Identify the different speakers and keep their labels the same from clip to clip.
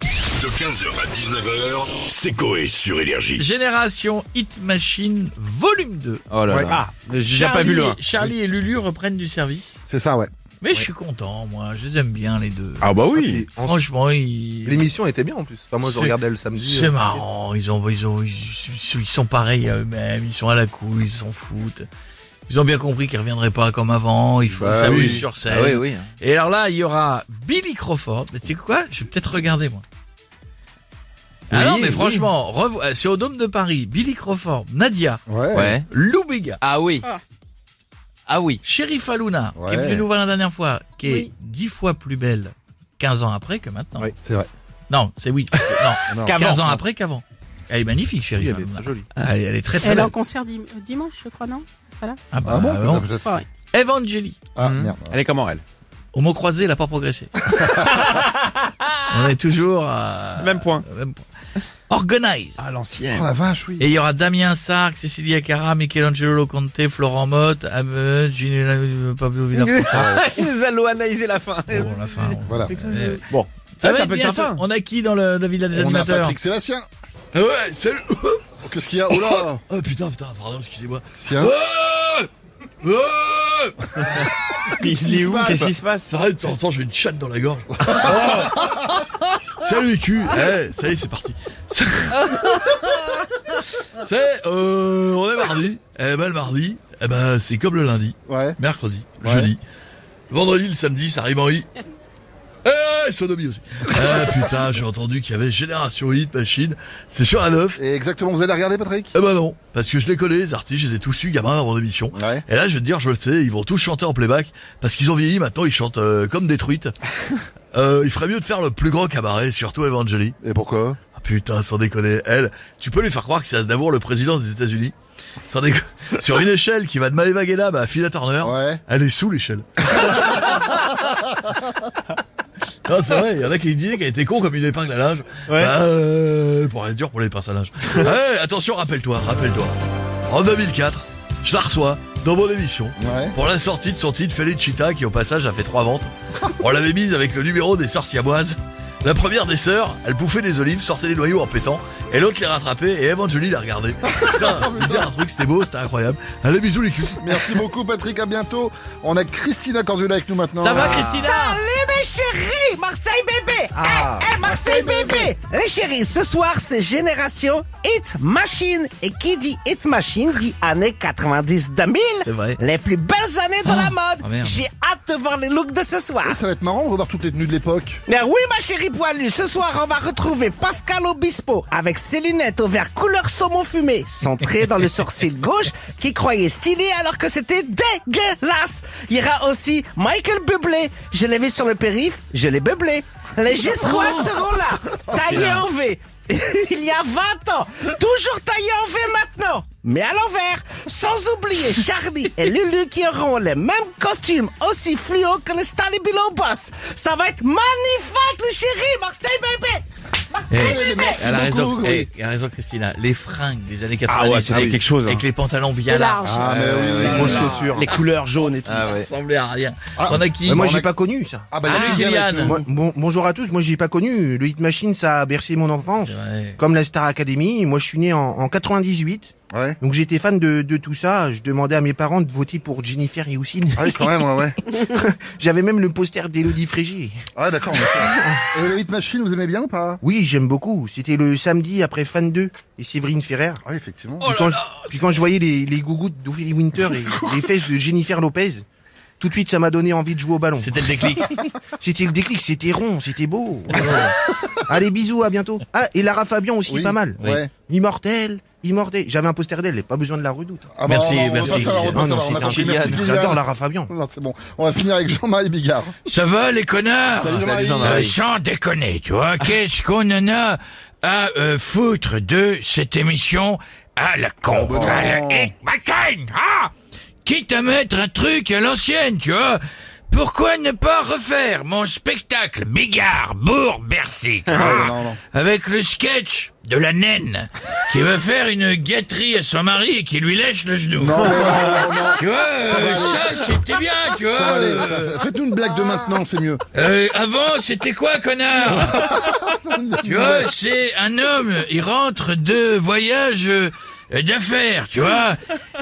Speaker 1: De 15h à 19h, c'est Coé sur Énergie.
Speaker 2: Génération Hit Machine Volume 2.
Speaker 3: Oh là
Speaker 4: Ouais.
Speaker 3: là.
Speaker 4: Ah, j'ai pas vu le un.
Speaker 2: Charlie et Lulu reprennent du service.
Speaker 4: C'est ça, ouais.
Speaker 2: Mais je suis content, moi. Je les aime bien, les deux.
Speaker 3: Ah bah oui.
Speaker 4: Et en-
Speaker 2: Franchement, ils...
Speaker 4: L'émission était bien en plus. Enfin, moi, je
Speaker 2: C'est-
Speaker 4: regardais le samedi.
Speaker 2: C'est
Speaker 4: euh,
Speaker 2: marrant. Ils, ont, ils, ont, ils, ils sont pareils à eux-mêmes. Ils sont à la cool, ils s'en foutent. Ils ont bien compris qu'ils reviendraient pas comme avant. Ils font-
Speaker 4: Bah
Speaker 2: s'amusent
Speaker 4: oui. hein.
Speaker 2: sur scène.
Speaker 3: Ah oui, oui.
Speaker 2: Et alors là, il y aura Billy Crawford. Mais tu sais quoi Je vais peut-être regarder, moi. Ah
Speaker 3: Oui,
Speaker 2: non, mais
Speaker 3: oui.
Speaker 2: franchement, revo- euh, c'est au Dôme de Paris. Billy Crawford, Nadia,
Speaker 4: Ouais.
Speaker 3: Ouais.
Speaker 2: Lou Béga,
Speaker 3: Ah oui.
Speaker 5: Ah.
Speaker 3: Ah oui.
Speaker 2: Sheriff Aluna, qui est
Speaker 4: Ouais.
Speaker 2: venue nous voir la dernière fois, qui est
Speaker 5: Oui.
Speaker 2: dix fois plus belle 15 ans après que maintenant.
Speaker 4: Oui, c'est vrai.
Speaker 2: Non, c'est oui. Non,
Speaker 4: Non.
Speaker 2: 15 ans après qu'avant. Elle est magnifique, Sheriff
Speaker 4: Elle
Speaker 2: Aluna. Ah,
Speaker 4: est jolie.
Speaker 2: Elle, elle est très très
Speaker 5: Elle est en
Speaker 2: belle.
Speaker 5: concert dim- dimanche, je crois, non C'est pas là
Speaker 2: Ah bah,
Speaker 4: Ah bon,
Speaker 2: non. Mmh.
Speaker 4: peut-être.
Speaker 5: Ouais.
Speaker 2: Evangeli.
Speaker 4: Ah
Speaker 3: Mhm.
Speaker 4: merde.
Speaker 3: Elle est comment elle
Speaker 2: Au mot croisé, elle a pas progressé. On est toujours euh, à...
Speaker 3: Même point.
Speaker 2: au même point. Organize.
Speaker 3: Ah
Speaker 4: Oh
Speaker 3: l'ancienne.
Speaker 4: la vache, oui.
Speaker 2: Et il y aura Damien Sark, Cécilia Cara, Michelangelo Loconte, Florent Mott, Ameut, Gino euh, Pablo Villafranca.
Speaker 3: Il nous a loanisé la fin.
Speaker 2: Bon, la fin, on-
Speaker 4: Voilà.
Speaker 2: Eh,
Speaker 3: Bon. Ça,
Speaker 2: va
Speaker 3: ça
Speaker 2: être
Speaker 3: peut être
Speaker 2: bien,
Speaker 3: sympa.
Speaker 2: ça. On a qui dans le, la villa des
Speaker 4: On a
Speaker 2: animateurs
Speaker 4: Patrick Sébastien.
Speaker 1: Ouais, salut
Speaker 4: Oh, Qu'est-ce qu'il y a Oh là
Speaker 2: Oh putain, putain, pardon, excusez-moi.
Speaker 4: Qu'est-ce qu'il y a
Speaker 3: Il est où
Speaker 4: passe
Speaker 3: Qu'est-ce qui se passe
Speaker 2: Arrête, de temps en temps, j'ai une chatte dans la gorge. Oh. Salut les culs. Eh, ça y est, c'est parti. c'est, euh, on est mardi. Eh ben, le mardi, eh ben, c'est comme le lundi.
Speaker 4: Ouais.
Speaker 2: mercredi, le
Speaker 4: Ouais.
Speaker 2: jeudi, le vendredi, le samedi, ça arrive en I. Eh, sodomie aussi. Ah putain, j'ai entendu qu'il y avait Génération Hit Machine. C'est sur la 9.
Speaker 4: Et exactement, vous allez regarder, Patrick
Speaker 2: Eh ben non, parce que je les connais, les artistes, je les ai tous su, gamins, avant l'émission.
Speaker 4: Ouais.
Speaker 2: Et là, je vais te dire, je le sais, ils vont tous chanter en playback, parce qu'ils ont vieilli, maintenant ils chantent euh, comme des truites. Euh, il ferait mieux de faire le plus grand cabaret, surtout Evangeli.
Speaker 4: Et pourquoi
Speaker 2: Ah, putain, sans déconner, elle, tu peux lui faire croire que c'est Aznavour, le président des États-Unis. Sans déconner. Sur une échelle qui va de Maeva Guénab à Fina Turner.
Speaker 4: Ouais.
Speaker 2: Elle est sous l'échelle. Non, c'est vrai, il y en a qui disaient qu'elle était con comme une épingle à linge.
Speaker 3: Ouais.
Speaker 2: Bah, euh, pour être dur pour les personnages. ouais, Eh, attention, rappelle-toi, rappelle-toi. En 2004, je la reçois dans mon émission
Speaker 4: Ouais.
Speaker 2: pour la sortie de son titre Felicita, qui au passage a fait trois ventes. On l'avait mise avec le numéro des sœurs siamoises. La première des sœurs, elle bouffait des olives, sortait des noyaux en pétant, et l'autre les rattrapait, et Evangeline la regardait. Putain, je veux dire un truc, c'était beau, c'était incroyable. Allez, bisous les culs.
Speaker 4: Merci beaucoup, Patrick. À bientôt. On a Christina Cordula avec nous maintenant.
Speaker 2: Ça va, Christina
Speaker 6: Salut mes chéris, Marseille bébé.
Speaker 3: Ah.
Speaker 6: Eh, eh, Marseille bébé. Les chéris, ce soir c'est Génération Hit Machine et qui dit Hit Machine dit années 90 2000.
Speaker 2: C'est vrai.
Speaker 6: Les plus belles années de
Speaker 2: Ah.
Speaker 6: la mode.
Speaker 2: Ah, merde.
Speaker 6: J'ai hâte de voir les looks de ce soir.
Speaker 4: Ah, Ça va être marrant de revoir toutes les tenues de l'époque.
Speaker 6: Mais oui, ma chérie poilue, ce soir, on va retrouver Pascal Obispo avec ses lunettes au vert couleur saumon fumé, centrées dans le sourcil gauche, qui croyait stylé alors que c'était dégueulasse. Il y aura aussi Michael Bublé. Je l'ai vu sur le périph', je l'ai bublé. Les g seront là, taillés en V. Il y a 20 ans, toujours taillés en V maintenant, mais à l'envers. Sans oublier Charlie et Lulu qui auront les mêmes costumes, aussi fluo que les Stanley Below Boss. Ça va être magnifique, le chéri, Marseille bébé. Marseille
Speaker 4: Eh,
Speaker 6: bébé.
Speaker 4: merci
Speaker 2: Elle a raison,
Speaker 4: beaucoup,
Speaker 2: eh,
Speaker 4: oui.
Speaker 2: elle a raison Christina. Les fringues des années 90.
Speaker 3: Ah ouais, c'était
Speaker 2: avec-
Speaker 3: quelque chose, hein.
Speaker 2: Avec les pantalons bien
Speaker 5: C'est
Speaker 2: larges.
Speaker 5: large.
Speaker 4: Ah, mais oui, oui.
Speaker 3: Les
Speaker 4: oui.
Speaker 3: grosses chaussures.
Speaker 6: Les couleurs jaunes et tout.
Speaker 3: Ah
Speaker 2: Ça
Speaker 3: ouais.
Speaker 2: ressemblait à rien.
Speaker 4: Ah,
Speaker 2: On a qui
Speaker 7: Mais moi,
Speaker 4: on a-
Speaker 7: j'ai pas connu ça.
Speaker 4: Ah, bah, il y a
Speaker 2: Ah,
Speaker 4: Kylian avec
Speaker 2: Kylian.
Speaker 4: nous.
Speaker 7: Moi- bon- bonjour à tous. Moi, j'ai pas connu. Le Hit Machine, ça a bercé mon enfance.
Speaker 2: C'est vrai.
Speaker 7: Comme la Star Academy. Moi, je suis né en, en 98.
Speaker 4: Ouais.
Speaker 7: Donc, j'étais fan de, de tout ça. Je demandais à mes parents de voter pour Jennifer et Houssine.
Speaker 4: Ah oui, quand même, ouais, ouais.
Speaker 7: J'avais même le poster d'Elodie Frégé.
Speaker 4: Ouais, d'accord. d'accord. Et le Hit Machine, vous aimez bien ou pas
Speaker 7: Oui, j'aime beaucoup. C'était le samedi après Fan 2 et Séverine Ferrer.
Speaker 4: Ah, oui, effectivement.
Speaker 2: Oh
Speaker 7: Puis
Speaker 2: là
Speaker 7: quand,
Speaker 2: là,
Speaker 7: je, puis quand je voyais les, les gougouttes d'Ophélie Winter et les fesses de Jennifer Lopez, tout de suite, ça m'a donné envie de jouer au ballon.
Speaker 2: C'était le déclic.
Speaker 7: C'était le déclic, c'était rond, c'était beau. Allez, bisous, à bientôt. Ah, et Lara Fabian aussi,
Speaker 4: Oui,
Speaker 7: pas mal.
Speaker 4: ouais.
Speaker 7: Immortel, immortel. J'avais un poster d'elle, pas besoin de la redoute.
Speaker 4: Ah, bah,
Speaker 2: Merci,
Speaker 4: on- on- on-
Speaker 2: merci,
Speaker 4: ça va,
Speaker 2: Kylian.
Speaker 4: on- ça
Speaker 7: Ah
Speaker 4: va,
Speaker 7: non,
Speaker 4: on a
Speaker 7: c'était
Speaker 4: compris.
Speaker 7: un
Speaker 4: Merci,
Speaker 7: génial.
Speaker 4: Kylian.
Speaker 7: J'adore Lara Fabian.
Speaker 4: Non, c'est bon. On va finir avec Jean-Marie Bigard.
Speaker 2: Ça va, les connards
Speaker 4: Salut, Jean-Marie. Ah.
Speaker 2: Euh, Sans déconner, tu vois. Qu'est-ce qu'on en a à euh, foutre de cette émission à la con
Speaker 4: Oh, bah non.
Speaker 8: hein?
Speaker 2: à la Hit Machine, ah Quitte à mettre un truc à l'ancienne, tu vois
Speaker 8: Pourquoi ne pas refaire mon spectacle Bigard, Bourg, Bercy
Speaker 4: Ah, non, non, non.
Speaker 8: Avec le sketch de la naine qui va faire une gâterie à son mari et qui lui lèche le genou.
Speaker 4: Non, mais non, non, non.
Speaker 8: Tu vois, euh,
Speaker 4: va
Speaker 8: ça, c'était bien, tu vois.
Speaker 4: Ça va aller,
Speaker 8: euh,
Speaker 4: ça, ça. Faites-nous une blague de maintenant, c'est mieux.
Speaker 8: euh, avant, c'était quoi, connard Tu vois, c'est un homme, il rentre de voyage euh, d'affaires, tu vois.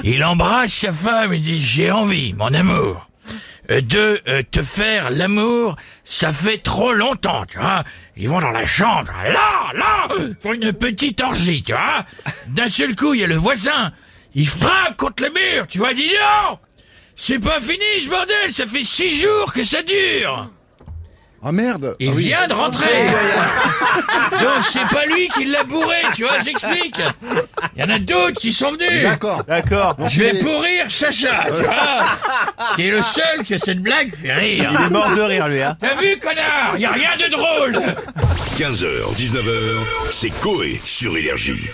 Speaker 8: Il embrasse sa femme, il dit, j'ai envie, mon amour, euh, de euh, te faire l'amour, ça fait trop longtemps, tu vois. Ils vont dans la chambre, là, là, pour une petite orgie, tu vois. D'un seul coup, il y a le voisin, il frappe contre le mur, tu vois, il dit non C'est pas fini, ce bordel, ça fait six jours que ça dure
Speaker 4: Ah merde
Speaker 8: il
Speaker 4: Ah oui.
Speaker 8: vient de rentrer. Donc c'est pas lui qui l'a bourré, tu vois, j'explique. Il y en a d'autres qui sont venus.
Speaker 4: D'accord.
Speaker 3: D'accord.
Speaker 8: Je vais pourrir Sacha, tu vois, qui est le seul que cette blague fait
Speaker 3: Il est
Speaker 8: rire.
Speaker 3: mort de rire, lui, hein.
Speaker 8: T'as vu, connard Y a rien de drôle
Speaker 1: 15h, 19h, c'est Coé sur Énergie.